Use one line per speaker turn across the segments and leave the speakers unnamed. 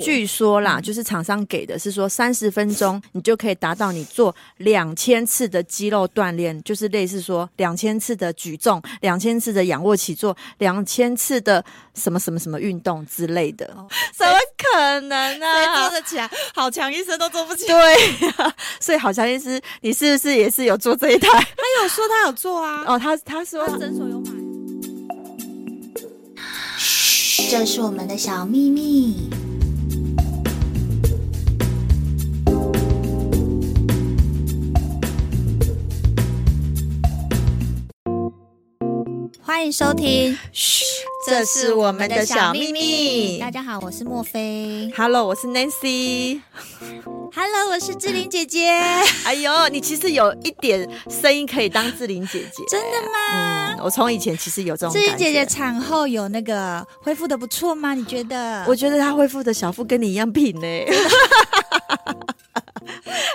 据说
嗯
啦，就是厂商给的是说三十分钟，你就可以达到你做两千次的肌肉锻炼，就是类似说两千次的举重、两千次的仰卧起坐、两千次的什么什么什么运动之类的，
哦
怎么可能呢、啊？
得起来？好强，医生都做不起。
对呀、 所以好像意思，你是不是也是有做这一台？
他有说他有做啊。
哦，他他说
诊所有买。
这是我们的小秘密。欢迎收听，
嘘，
这是我们的小秘密
大家好，我是莫菲。
，Hello，我是 Nancy。
Hello，我是志玲姐姐。
哎呦，你其实有一点声音可以当志玲姐姐，
真的 吗？
嗯，我从以前其实有这种
志玲
感
姐姐
觉。
产后有那个恢复的不错吗？你觉得？
我觉得她恢复的小腹跟你一样 平呢、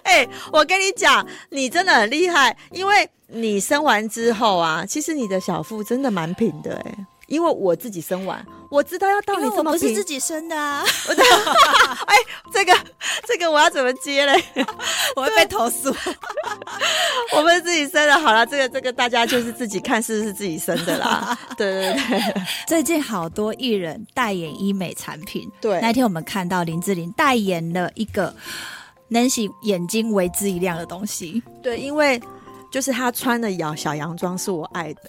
哎、我跟你讲，你真的很厉害，因为你生完之后啊，其实你的小腹真的蛮平的哎、因为我自己生完，我知道要到
因
你
为
这
我
么
不是
平
自，己生的啊，
这个这个我要怎么接 嘞？
我会被投诉。
我们自己生的，好啦，这个这个大家就是自己看是不是自己生的 啦。对对对，
最近好多艺人代言医美产品，
对
那天我们看到林志玲代言了一个能洗眼睛为之一亮的东西，
对，因为就是他穿的洋小洋装是我 爱的，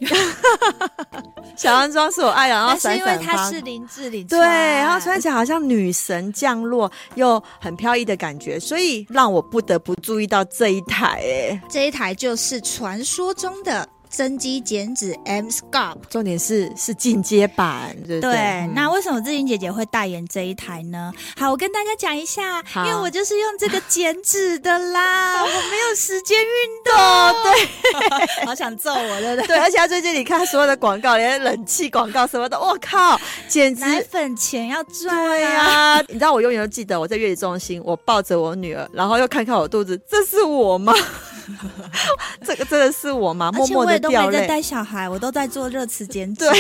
小洋装是我爱的，然后
但
闪
是因为
闪
她
发
是。林志玲
对，
穿，
然后穿起来好像女神降落，又很飘逸的感觉，所以让我不得不注意到这一台、哎，
这一台就是传说中的增肌减脂 M Sculpt。
重点是是进阶版，对不
对，
嗯
那为什么志玲姐姐会代言这一台呢？好，我跟大家讲一下，因
好
为我就是用这个减脂的 啦，我没有时间运动，哦对， 好想揍我，对不对？
对，而且他最近你看所有的广告，连冷气广告什么的，我靠，简直
奶粉钱要赚、啊
对呀、 你知道我永远都记得我在月子中心，我抱着我女儿，然后又看看我肚子，这是我吗？ 这个真的是我吗？默
而且
默
我
的
也都
掉
没在
泪。
带小孩，我都在做热词减脂。
对，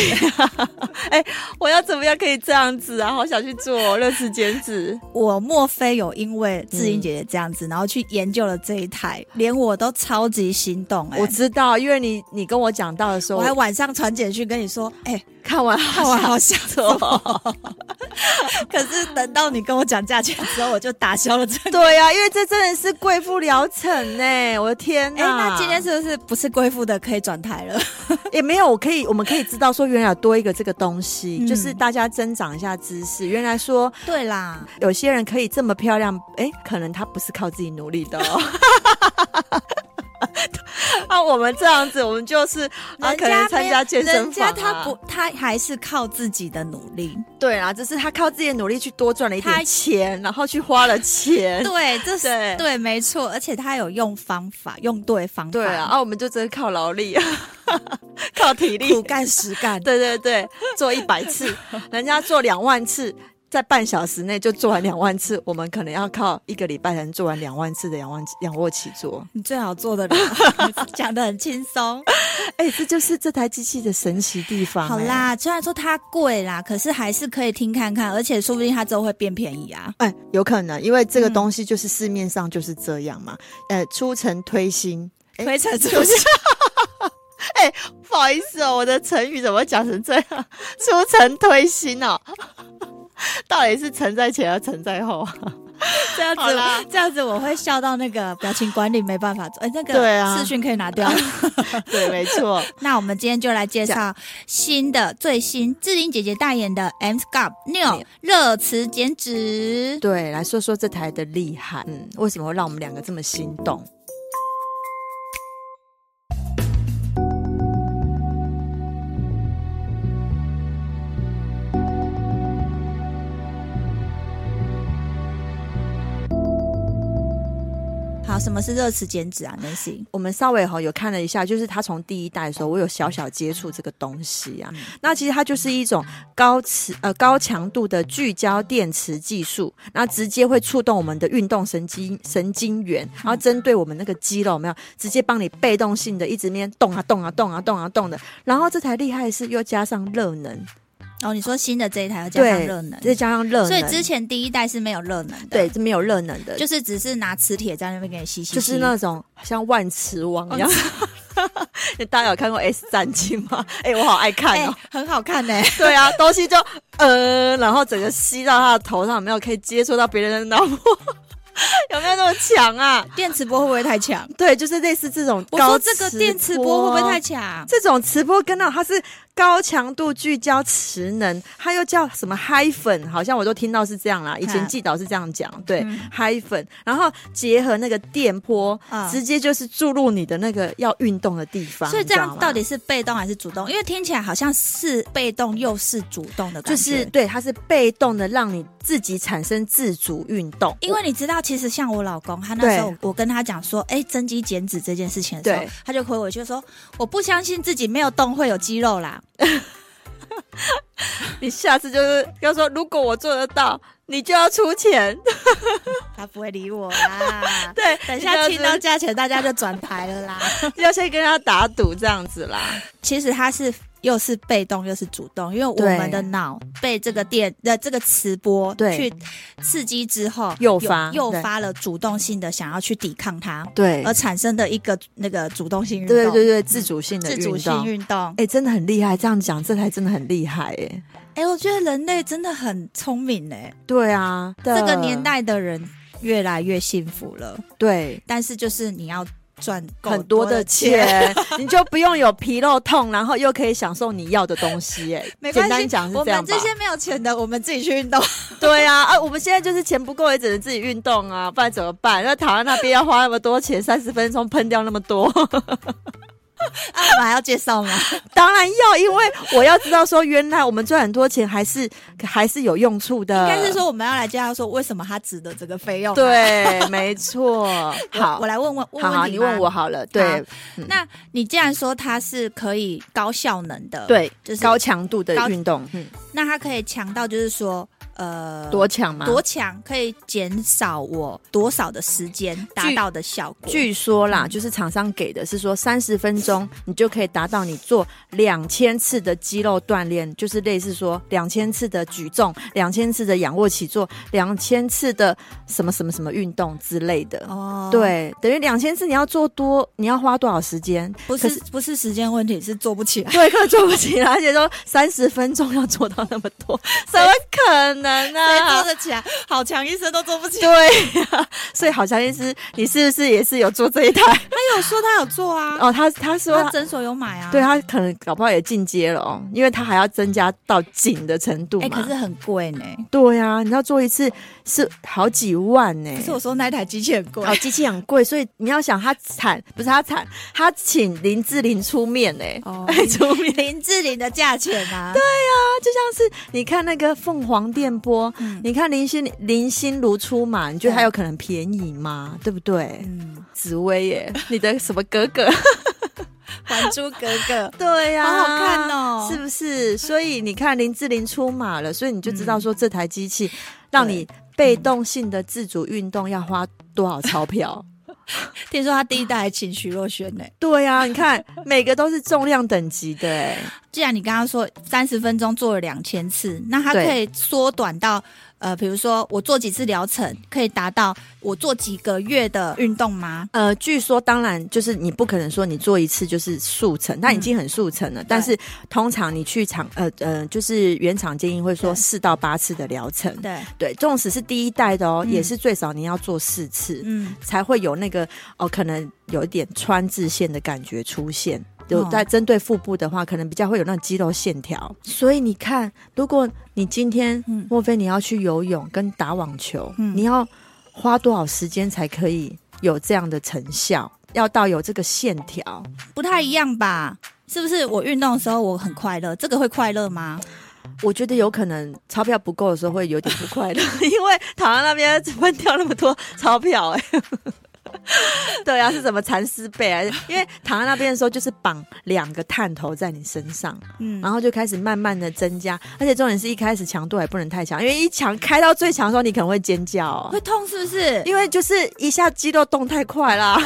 哎、我要怎么样可以这样子啊？好想去做哦热词 减脂。
我莫非有因为志玲姐姐这样子，然后去研究了这一台，连我都超级心动哎、
我知道，因为你你跟我讲到的时候，
我还
我
晚上传简讯跟你说，哎、
看完
看完 好想做，
后，
可是等到你跟我讲价钱之后，我就打消了这个。
对啊呀、因为这真的是贵妇疗程呢、 我的天
哎、
呐、
那今天是不是不是贵妇的可以转台了？
也没有，我可以，我们可以知道说，原来有多一个这个东西，
嗯
就是大家增长一下知识。原来说
对 啦，
有些人可以这么漂亮，哎，可能她不是靠自己努力的 哦。啊，我们这样子，我们就是啊，
人
可
家
能参
没
加健身
人
房、
家
啊，
他不，他还是靠自己的努力。
对啊，只是她靠自己的努力去多赚了一
她
点钱，然后去花了钱。
对，这是
对啊
对，没错，而且他有用方法，用对方法。
对啊，啊，我们就真的靠劳力， 靠体力，
苦干实干。
对对对，做一百 次，人家做两万次，在半小时内就做完两万次，我们可能要靠一个礼拜才能做完两万次的仰万仰卧起坐。
你最好做的人，你 讲的很轻松。
哎、这就是这台机器的神奇地方、
好
哎，
啦，虽然说它贵啦，可是还是可以听看看，而且说不定它之后会变便宜啊。
哎、有可能，因为这个
嗯
东西就是市面上就是这样嘛，呃，出城推新。哎
推陈出
就是 哎、不好意思哦，我的成语怎么讲成这样？出城推新哦， 到底是城在前还是城在后啊？
这样
好啦
子，这样子我会笑到那个表情管理没办法做， 哎、那个
对啊
视讯可以拿 掉。
对，没错。
那我们今天就来介绍新的最新志玲姐姐代言的 M Sculpt Neo 热磁减脂。
对，来说说这台的厉害，嗯，为什么会让我们两个这么心动？
什么是热磁减脂啊？Nancy，
我们稍微哈有看了一下，就是它从第一代的
哦
时候，我有小小接触这个东西
嗯
啊。那其实它就是一种高磁呃高强度的聚焦电磁技术，那直接会触动我们的运动神经神经元，
嗯
然后针对我们那个肌肉有没有，直接帮你被动性的一直面动啊动啊动啊动啊动的。然后这台厉害的是又加上热能，
哦，你说新的这一台要加上
对
热能，
再加上热能，
所以之前第一代是没有热能的，
对，是没有热能的，
就是只是拿磁铁在那边给你吸吸，
就是那种像万磁王一样。 大家有看过《S 战警》吗？哎、我好爱看
哎、
哦。
很好看呢、
对啊，东西就呃，然后整个吸到他的头上，有没有可以接触到别人的脑波， 有没有那么强啊？
电磁波会不会太强？
对，就是类似这种
我
高
说
磁
这个电磁波会不会太
强？
强？
这种磁波跟到它是高强度聚焦磁能，它又叫什么嗨粉，好像我都听到是这样啦。以前
嗯
季导是这样讲，对
嗯
嗨粉，然后结合那个电波
啊，
直接就是注入你的那个要运动的地方。
所以这
你知道
样
吗
到底是被动还是主动？因为听起来好像是被动又是主动的感
就
觉。
是对，它是被动的让你自己产生自主运动，
因为你知道，其实像我老公，他那时候
对
我跟他讲说，哎，增肌减脂这件事情的时候
对，
他就回我一句说，我不相信自己没有动会有肌肉啦。
你下次就是要说，如果我做得到，你就要出钱。
他不会理我 啦。
对，
等一
你
下
就
听到
是
价钱，大家就转台了啦。
要先跟他打赌这样子啦。
其实它是又是被动又是主动，因为我
对
们的脑被这个电的这个磁波
对
去刺激之后，
诱发
有
对
诱发了主动性的想要去抵抗它，
对
而产生的一个那个主动性运动，
对对对，自主性的
自主
运
性
动。
运动。
哎、真的很厉害，这样讲这台真的很厉害哎、
哎、我觉得人类真的很聪明哎、
对啊，这
这个年代的人越来越幸福了，
对。
但是就是你要赚够
很多的
的。
钱，你就不用有皮肉痛，然后又可以享受你要的东西、哎，
没关
简
系，
单讲是
我
这样
们
吧
这？些没有钱的，我们自己去 运动。
对啊，啊，我们现在就是钱不够，也只能自己运动啊，不然怎么办？那躺在那边要花那么多钱，三十分钟喷掉那么多，
啊，我们还要介绍吗？
当然要，因为我要知道说，原来我们赚很多钱还是还是有用处的。
应该是说我们要来介绍说为什么它值得这个费用。，
对，没错。
我
好，
我来问问问
好
问
好，
题
你
吗
问我。嗯好了。对
那你既然说它是可以高效能的，，
对，
就是
高强度的
高
运动，嗯，
那它可以强到就是说，呃，
多强吗？
多强可以减少我多少的时间达
据
到的效果？
据说啦，就是厂商给的是说三十分钟，你就可以达到你做两千次的肌肉锻炼，就是类似说两千次的举重、两千次的仰卧起坐、两千次的什么什么什么运动之类的。
哦，，
对，等于两千次你要做多，你要花多少时间？
不
可
是不是时间问题，是做不起 来。
对，根本做不起来，而且都三十分钟要做到那么多，怎么可能呢、
谁
啊
做？得起来？好强，医生都做不起来。
对呀、所以好像医师，你是不是也是有做这一台？
他有说他有做啊，
哦，他他说
他诊所有买啊。
对，他可能搞不好也进阶了哦，因为他还要增加到紧的程度嘛。
哎，可是很贵呢。
对呀、你要做一次是好几万呢、
可是我说那台机器很贵
哦，，机器很贵，所以你要想他惨，不是他惨，他请林志玲出面呢、 哎
哦
出面，
林志玲的价钱啊。对，
他就像是你看那个凤凰电波，
嗯
你看林心林心如出马，你觉得他有可能便宜吗？对不对？
嗯。
紫薇耶，你的什么哥哥？
《还珠格格》
对呀、
好好看哦
是不是？所以你看林志玲出马了，所以你就知道说这台机器让你被动性的自主运动要花多少钞票。
听说他第一代还请徐若瑄呢、
对呀、你看每个都是重量等级的、哎，
既然你刚刚说三十分钟做了两千次，那它
对
可以缩短到呃，比如说我做几次疗程，可以达到我做几个月的运动吗？
呃，据说当然就是你不可能说你做一次就是速成，它已经很速成了。但是通常你去厂呃呃，就是原厂建议会说
对
四到八次的疗程。
对，
对，纵使是第一代的哦，
嗯
也是最少你要做四次。
嗯，
才会有那个哦，可能有一点穿刺线的感觉出现。有
哦
在针对腹部的话，可能比较会有那种肌肉线条。所以你看，如果你今天、
嗯
莫非你要去游泳跟打网球，
嗯
你要花多少时间才可以有这样的成效？要到有这个线条，
不太一样吧？是不是我运动的时候我很快乐，这个会快乐吗？
我觉得有可能钞票不够的 时候会有点不快乐，因为躺在那边分掉那么多钞票、哎， 对啊，是什么蚕丝被啊？因为躺在那边的时候，就是绑两个探头在你身上，
嗯，
然后就开始慢慢的增加，而且重点是一开始强度还不能太强，因为一强开到最强的时候，你可能会尖叫、哦
会，痛是不是？
因为就是一下肌肉动太快啦。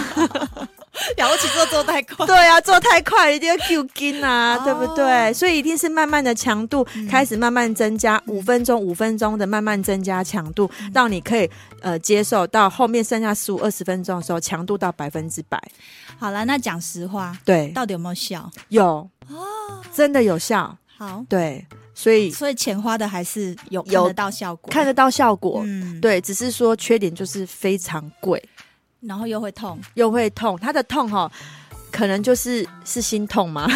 了不起做做太 快，
对啊，做太快一定要 Q 筋啊，
哦嗯
对不对？所以一定是慢慢的强度、开始慢慢增加，五分钟五分钟的慢慢增加强度，
嗯
到你可以呃接受到后面剩下十五二十分钟的时候，强度到百分之百。
好了，那讲实话，
对，
到底哦有没有效？
有真的有效。
好，
对，所以
所以钱花的还是有看
有
得到效果，
看得到效果。
嗯，
对，只是说缺点就是非常贵，
然后又会痛，
又会痛。它的痛哈、可能就是是心 痛吗？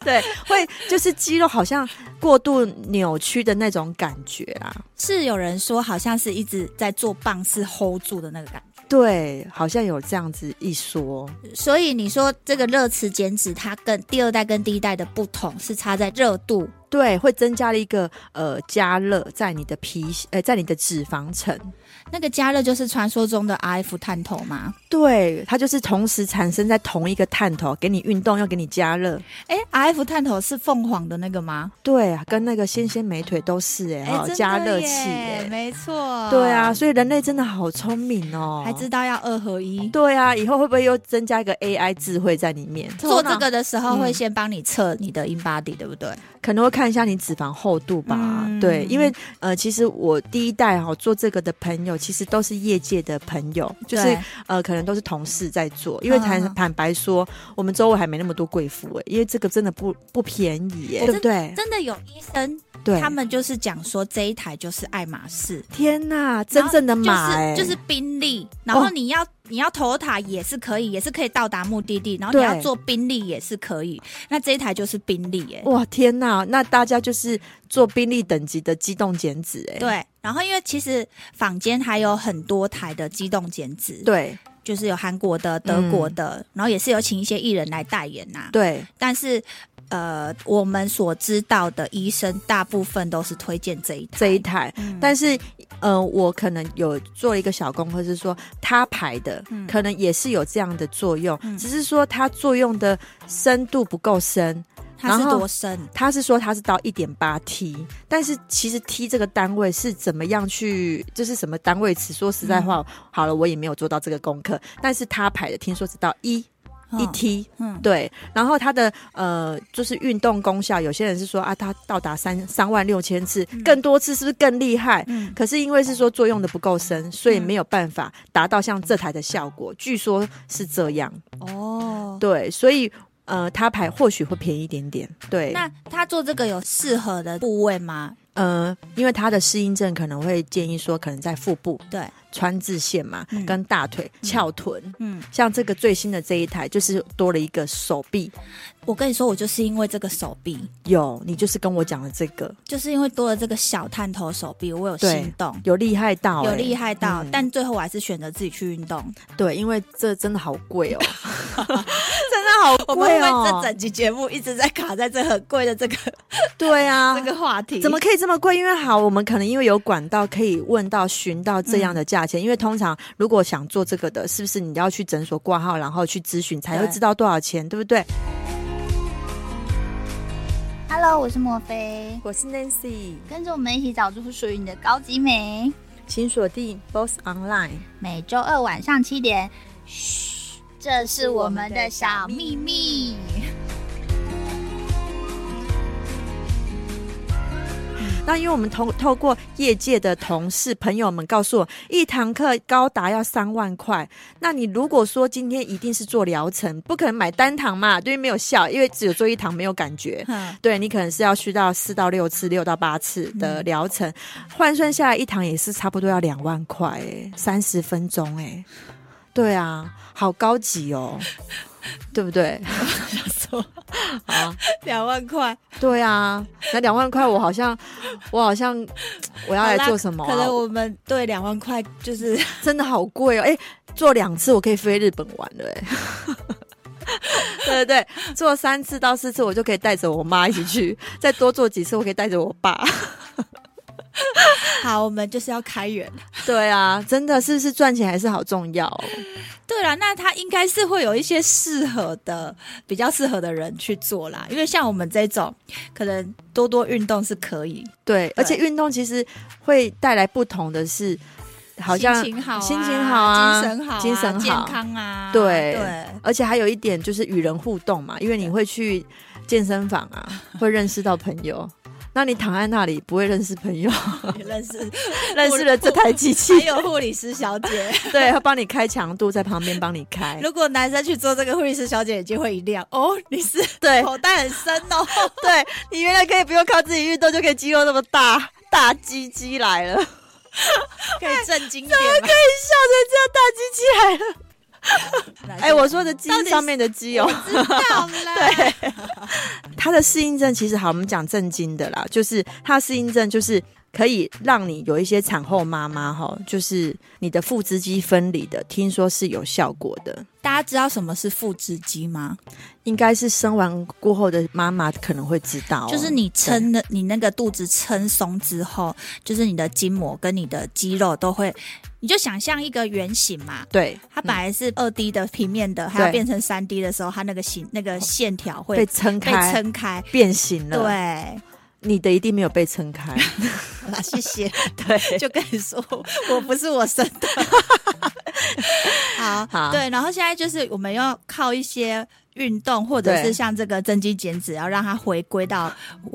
对，会就是肌肉好像过度扭曲的那种感觉啊。
是有人说好像是一直在做棒是 hold 住的那个感觉。
对，好像有这样子一说。
所以你说这个热磁减脂，它跟第二代跟第一代的不同是差在热度，
对，会增加了一个呃加热在你的皮呃在你的脂肪层，
那个加热就是传说中的 RF 探头嘛。
对，它就是同时产生在同一个探头，给你运动又给你加热，
哎，RF 探头是凤凰的那个吗？
对啊，跟那个鲜鲜美腿都是哎、欸，还有加热器哎、
没错，
对啊，，所以人类真的好聪明哦，
还知道要二合一。
对啊，以后会不会又增加一个 AI 智慧在里面？
做
头脑
这个的时候会
啊嗯
先帮你测你的 in body，对不对？
可能会看一下你脂肪厚度吧，
嗯
对，因为呃，其实我第一代哈、做这个的朋友，其实都是业界的朋友，就是
对
呃，可能都是同事在做，因为坦、
嗯嗯
坦白说，我们周围还没那么多贵妇哎，因为这个真的不不便宜耶，
我
对不对？
真的有医生，
对，
他们就是讲说这一台就是爱马仕，
天呐，真正的马
然
哎、
后就是就是宾利，然后
哦
你要、你要投塔也是可以，也是可以到达目的地，然后你
对
要做宾利也是可以。那这一台就是宾利耶、
哇天呐，那大家就是做宾利等级的机动减脂哎，
对。然后因为其实坊间还有很多台的机动减脂，，
对嗯
就是有韩国的、德国的，然后也是有请一些艺人来代言呐、
对
但是。呃，我们所知道的医生大部分都是推荐这一台，
这一台，
嗯
但是，呃，我可能有做了一个小功课，是说它排的、
嗯
可能也是有这样的作用，
嗯
只是说它作用的深度不够深。
它是
然后
多深？
它是说它是到一点八 T，但是其实 T 这个单位是怎么样去，就是什么单位词？说实
嗯
在话，好了，我也没有做到这个功课，但是它排的听说是到一一
嗯
T，
嗯，
对，然后它的呃，就是运动功效，有些人是说啊，它到达三三万六千次，更多次是不是更厉害？
嗯
可是因为是说作用的不够深，所以
嗯
没有办法达到像这台的效果，据说是这样。
哦，
对，所以呃，它牌或许会便宜一点点。对，
那他做这个有适合的部位吗？
呃，因为它的适应症可能会建议说，可能在腹部
对，
穿刺线嘛，
嗯
跟大腿、翘臀。
嗯，
像这个最新的这一台，就是多了一个手臂，
我跟你说，我就是因为这个手臂，
有你就是跟我讲的这个，
就是因为多了这个小探头手臂，我有心动，
有厉害到、欸，
有厉害到，
嗯
但最后我还是选择自己去运动。
对，因为这真的好 贵哦， 真的好
我们
贵
会不会这
哦，
整集节目一直在卡在这很贵的这个、
对啊，
这个话题？
怎么？可以这么贵？因为好，我们可能因为有管道可以问到、询到这样的价钱。因为通常如果想做这个的，是不是你要去诊所挂号，然后去咨询才会
对
知道多少钱，对不对？
Hello，我是莫菲，
我是 Nancy，
跟着我们一起找出属于你的高级美。
请锁定 Boss Online。
每周二晚上七点，嘘，这是我们的小秘密。
那因为我们透透过业界的同事朋友们告诉我，一堂课高达要三万块。那你如果说今天一定是做疗程，不可能买单堂嘛，对，没有效，因为只有做一堂没有感觉。
嗯，
对你可能是要去到四到六次、六到八次的疗
嗯
程，换算下来一堂也是差不多要两万块、欸，三十分钟、欸，对啊，好高 级哦，对不对？
两万块，
对啊，那两万块我好像，我好像我要来
好啦
做什么、啊？
可能我们对两万块就是
真的好贵哦，哎、做两次我可以飞日本玩了、欸，哎。 对对对，做三次 到四次，我就可以带着我妈一起去；再多做几次，我可以带着我爸。
好，我们就是要开源。
对啊，真的是不是赚钱还是好重要、哦？
对啦，那他应该是会有一些适合的、比较适合的人去做啦，因为像我们这种，可能多多运动是可以，
对，而且运动其实会带来不同的是，好像
心情好、啊，
心情好啊
精神好、啊，
精神好
健康啊，
对
对，
而且还有一点就是与人互动嘛，因为你会去健身房 啊，会认识到朋友。那你躺在那里不会认识朋 友，
认识
认识了这台机器，
还有护理师小 姐，
对，她帮你开强度，在旁边帮你开。
如果男生去做这个护理师小姐，就会一亮哦，你是
对
口袋很深哦，
对你原来可以不用靠自己运动就可以肌肉那么大， 大鸡鸡来 了，
可以震惊点，啊
怎么可以笑成这样？大鸡鸡来了。 哎欸，我说的鸡上面的鸡哦，
知道啦。
对，它的适应症其实好，我们讲正经的啦，就是它适应症就是可以让你有一些产后妈妈哈，就是你的腹直肌分离的，听说是有效果的。
大家知道什么是腹直肌吗？
应该是生完过后的妈妈可能会知道、哦，
就是你撑的，你那个肚子撑松之后，就是你的筋膜跟你的肌肉都会，你就想象一个圆形嘛，
对，
它本来是二 D 的平面的，它要变成三 D 的时候，它那个形那个线条会
被撑开，
被撑开
变形了，
对。
你的一定没有被撑开，
好啦，谢谢。
对，
就跟你说，我不是我生 的。好，
好
对。然后现在就是我们要靠一些运动，或者是像这个增肌减脂，要让它回归到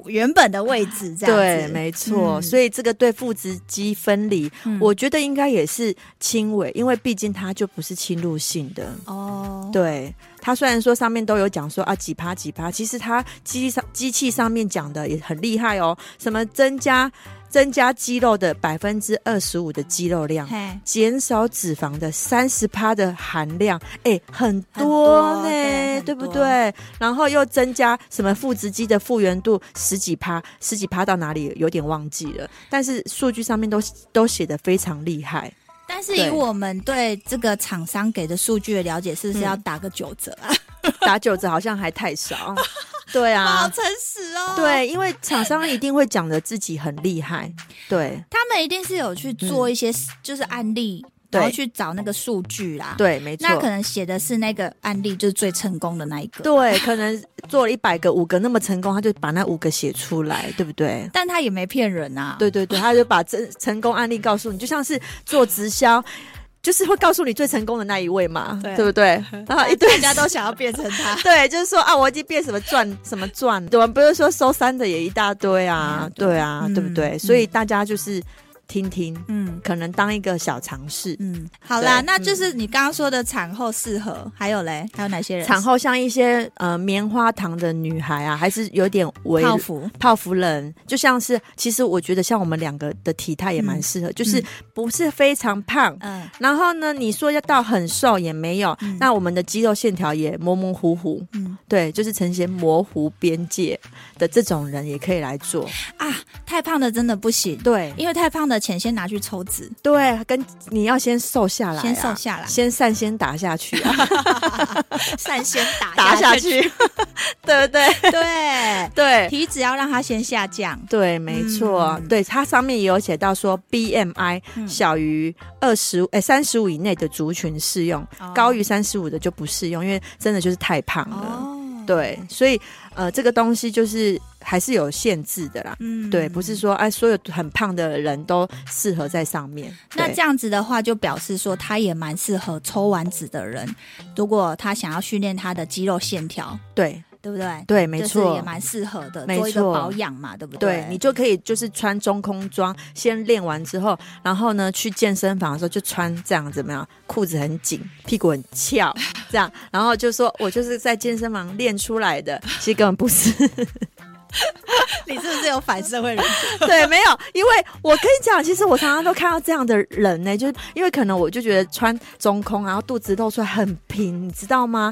原本的位置，这样
对，没错。嗯、所以这个对腹直肌分离，嗯、我觉得应该也是轻微，因为毕竟它就不是侵入性的
哦。
对。它虽然说上面都有讲说啊几趴几趴，其实它机上机器上面讲的也很厉害哦，什么增加增加肌肉的百分之二十五的肌肉 量，减少脂肪的三十趴的含量，哎、欸，很多呢、欸，对不对？然后又增加什么腹直肌的复原度十几趴，十几趴到哪里有点忘记了，但是数据上面都都写的非常厉 害。
但是以我们对这个厂商给的数据的了解，是不是
嗯
要打个九折啊？
打九折好像还太少。对 啊，
好诚实哦。
对，因为厂商一定会讲的自己很厉害，对
他们一定是有去做一些就是案例，嗯、然后去找那个数据啦。
嗯对，没错。
那可能写的是那个案例就是最成功的那一个。
对，可能做了一百个、五个那么成功，他就把那五个写出来，对不对？
但他也没骗人啊。
对对对，他就把真成功案例告诉你，就像是做直销。就是会告诉你最成功的那一位嘛，对,对不 对？然后一堆
大家都想要变成 他，
对，就是说啊，我已经变什么赚什么赚，我们不是说收三的也一大堆啊，嗯、对啊，嗯、对不对？所以大家就是听听，嗯，可能当一个小尝试，
嗯，好啦，那就是你刚刚说的产后适合，还有嘞，还有哪些人？
产后像一些呃棉花糖的女孩啊，还是有点为
泡芙
泡芙人，就像是其实我觉得像我们两个的体态也蛮适合，嗯、就是不是非常胖，嗯。然后呢？你说要到很瘦也没有，嗯、那我们的肌肉线条也模模糊糊，嗯，对，就是呈现模糊边界的这种人也可以来做
啊。太胖的真的不行，
对，
因为太胖的钱先拿去抽脂，
对，跟你要先瘦下来、啊，
先瘦下来，
先散先打下去、
啊，散先 打
打下去， 对不 对？
对
对，
体脂要让它先下降，
对，没错，嗯、对，它上面也有写到说 BMI
嗯
小于二十，哎。三十五以内的族群适用，oh.
哦
高于三十五的就不适用，因为真的就是太胖
哦
了。Oh. 对，所以呃，这个东西就是还是有限制的啦。嗯，对，不是说哎、啊，所有很胖的人都适合在上面。
那这样子的话，就表示说他也蛮适合抽完脂的人，如果他想要训练他的肌肉线条，
对。
对不对？
对，没错，
也蛮适合的，
没
做一个保养嘛，对不
对？对你就可以就是穿中空装，先练完之后，然后呢去健身房的时候就穿这样怎么样？裤子很紧， 屁股很翘，这样，然后就说我就是在健身房练出来的，其实根本不是。
你是不是有反社会人格？
对，没有，因为我跟你讲，其实我常常都看到这样的人呢、欸，就是因为可能我就觉得穿中空，然后肚子露出来很平，你知道吗？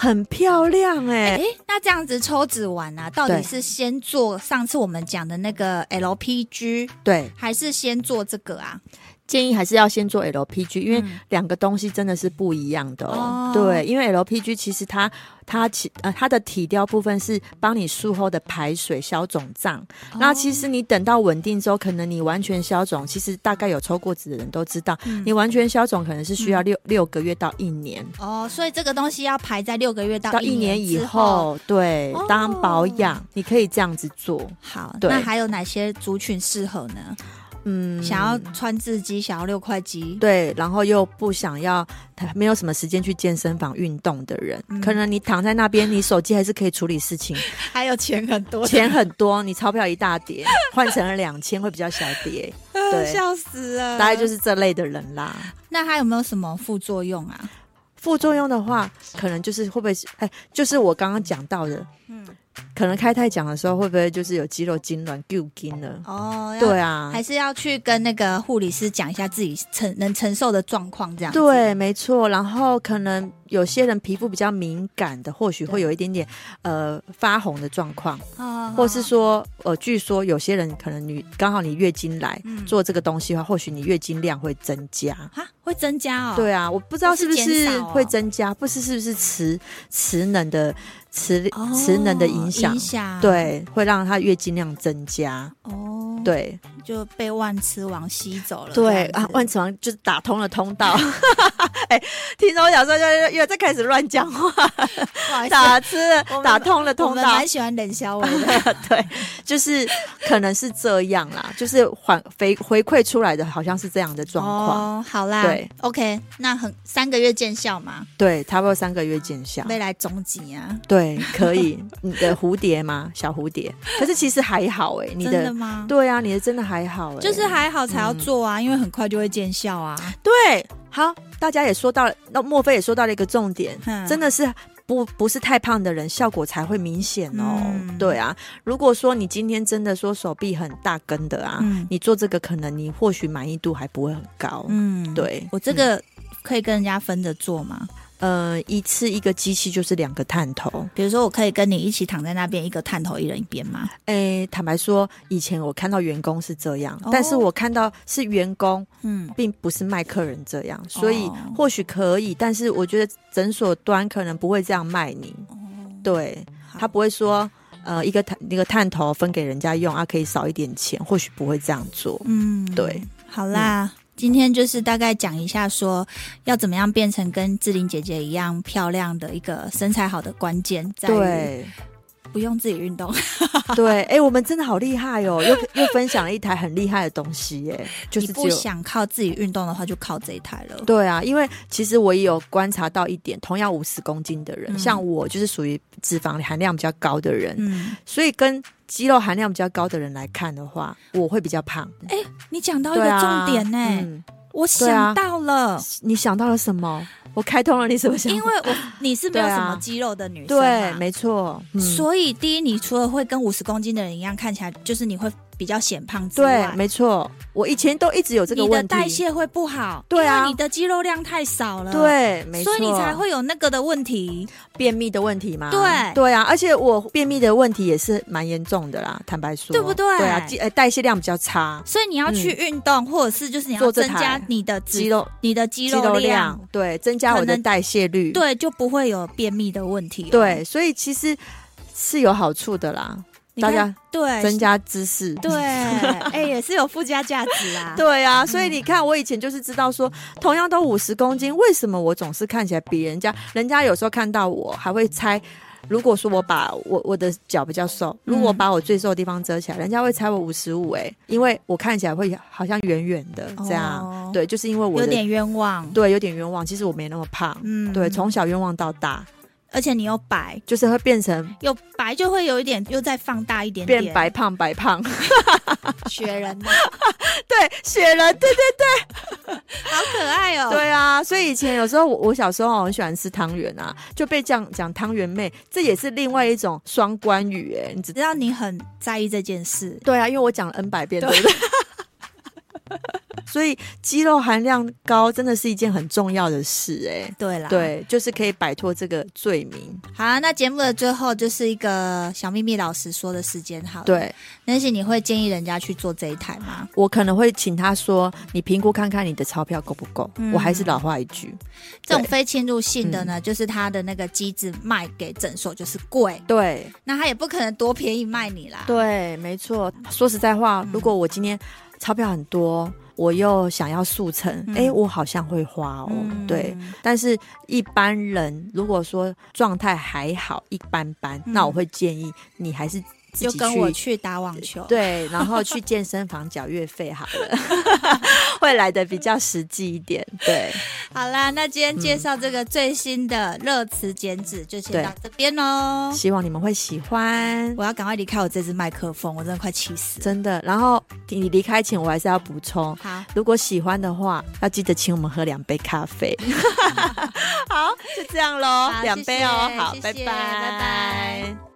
很漂亮哎、欸欸，
那这样子抽脂完啊，到底是先做上次我们讲的那个 LPG
对，
还是先做这个啊？
建议还是要先做 LPG，因为
嗯
两个东西真的是不一样的哦。
哦
对，因为 LPG 其实它它其呃它的体雕部分是帮你术后的排水消肿胀，
哦
那其实你等到稳定之后，可能你完全消肿，其实大概有抽过脂的人都知道，
嗯
你完全消肿可能是需要六、六个月到一年。
哦，所以这个东西要排在六个月到
到
一
一年以
之后。
后，对，
哦
当保养，你可以这样子做。
好，
对
那还有哪些族群适合呢？
嗯，
想要穿字肌，想要六块肌，
对，然后又不想要，他没有什么时间去健身房运动的人，
嗯
可能你躺在那边，你手机还是可以处理事情，
还有钱很多的，
钱很多，你钞票一大叠，换成了两千会比较小 叠，对
笑死了。
大概就是这类的人啦。
那它有没有什么副作用啊？
副作用的话，可能就是会不会是，哎，就是我刚刚讲到的，嗯
嗯，
可能开太讲的时候会不会就是有肌肉痉挛、旧筋了？
哦，要
对啊，
还是要去跟那个护理师讲一下自己承能承受的状况，这样子，
对，没错。然后可能有些人皮肤比较敏感的，或许会有一点点呃发红的状况，
哦
或是说呃，据说有些人可能你刚好你月经来、
嗯
做这个东西的话，或许你月经量会增加。
啊会增加哦。，
对啊，我不知道
或
是
是
不是
减少哦
会增加，不是是不是磁磁能的磁
哦、
磁能的影响，
影响，
对，会让它月经量增加。
哦，，
对
就被万磁王吸走了。
对
这样
啊
子，
万磁王就是打通了通道。 哎、听说我想说，又又又在开始乱讲话。
不好意思
打吃了
我们
打通了
我
通
们
道
蛮，喜欢冷笑话的。
对，就是可能是这样啦，就是还回回馈出来的好像是这样的 状况，
哦，好啦，
对
，OK，那很三个月见效嘛，
对，差不多三个月见效。
未来总几啊？
对，可以。你的蝴蝶吗？小蝴蝶，可是其实还好哎、你
真
的
的吗？
对啊，你的真的还好哎、
就是还好才要做
嗯
啊，因为很快就会见效啊。
对。好，大家也说到了，那莫非也说到了一个重点，
嗯
真的是不不是太胖的人效果才会明显哦。
嗯
对啊，如果说你今天真的说手臂很大根的啊，
嗯
你做这个可能你或许满意度还不会很高。
嗯，
对
我这个可以跟人家分着做吗？
呃，一次一个机器就是两个探头。
比如说，我可以跟你一起躺在那边，一个探头，一人一边吗？
哎，坦白说，以前我看到员工是这样，
哦
但是我看到是员工，
嗯，
并不是卖客人这样，所以
哦
或许可以，但是我觉得诊所端可能不会这样卖你。对
哦好
他不会说。呃，一个探一个探头分给人家用啊，可以少一点钱，或许不会这样做。
嗯，
对，嗯
好啦。今天就是大概讲一下，说要怎么样变成跟志玲姐姐一样漂亮的一个身材好的关键，在于
对，
不用自己运动，
对，哎、我们真的好厉害哦，又又分享了一台很厉害的东西耶， 就是
你
只
不
有
想靠自己运动的话，就靠这一台了。
对啊，因为其实我也有观察到一点，同样五十公斤的人，
嗯
像我就是属于脂肪含量比较高的人，
嗯，
所以跟肌肉含量比较高的人来看的话，我会比较胖。
你讲哎到一
对
个
啊，
重点呢、
嗯
我
对啊
想到了，
你想到了什么？我开通了你什么想法？
因为我你是没有
对啊
什么肌肉的女生嘛、
对，没错，嗯、
所以第一，你除了会跟五十公斤的人一样看起来，就是你会比较显胖之
对
外，，
没错，我以前都一直有这个
你的
问题，
代谢会不好，
对啊
因为你的肌肉量太少了，，
对，没错，
所以你才会有那个的问题。
便秘的问题吗？
对
对啊，而且我便秘的问题也是蛮严重的啦，坦白说，
对不对
对啊，肌呃代谢量比较差，
所以你要去运动，或者是就是你要
做这
增
台
加你的脂
肌、肉
你的肌
肌
肉量，
肉量对增加我
可
的
能
代谢率，
对，就不会有便秘的问题、，
对，所以其实是有好处的啦，
你
大
看
家
对
增加知识，。
对，哎、也是有附加价值 啊
对啊，所以你看，我以前就是知道说，同样都五十公斤，为什么我总是看起来比人家？人家有时候看到我还会猜，如果说我把我我的脚比较瘦，
嗯
如果把我最瘦的地方遮起来，人家会猜我五十五哎，因为我看起来会好像圆圆的这样。
哦
对，就是因为我
有
的
点冤枉，
对有点冤枉，其实我没那么胖。
嗯
对，从小冤枉到大，
而且你又白，
就是会变成
有白就会有一点又再放大一点点，
变白胖白 胖。
雪人，
对，雪人，对对
好可爱哦。
对啊，所以以前有时候我我小时候很喜欢吃汤圆啊，就被这样讲汤圆妹，这也是另外一种双关语哎、你知
知道你很在意这件事，
对啊，因为我讲了 N 百遍，对不对？所以肌肉含量高真的是一件很重要的事、哎。
对啦，。
对，就是可以摆脱这个罪名。
好啊、那节目的最后就是一个小秘密老师说的时间好了。，
对
但是你会建议人家去做这一台吗？
我可能会请他说：“你评估看看你的钞票够不够。
嗯
我还是老话一句，
这种非侵入性的
嗯
呢，就是它的那个机制卖给诊所就是贵，
对
那它也不可能多便宜卖你啦。
对，没错。说实在话，
嗯
如果我今天钞票很多，我又想要速成，
嗯
哎、我好像会花哦。
嗯
对，但是一般人如果说状态还好，一般般，
嗯
那我会建议你还是自
就
己
跟我去打网球，，
对，然后去健身房缴月费好了， 会来的比较实际一点。对，
好啦，那今天介绍这个最新的热词减脂就先
对
到这边喽。
希望你们会喜欢，
我要赶快离开我这支麦克风，我真的快气死了。
真的。然后你离开前，我还是要补充，
好，
如果喜欢的话，要记得请我们喝两杯咖啡。 好，就这样喽
好，
两杯哦。
谢谢
好，
谢
拜
谢
拜，
拜拜。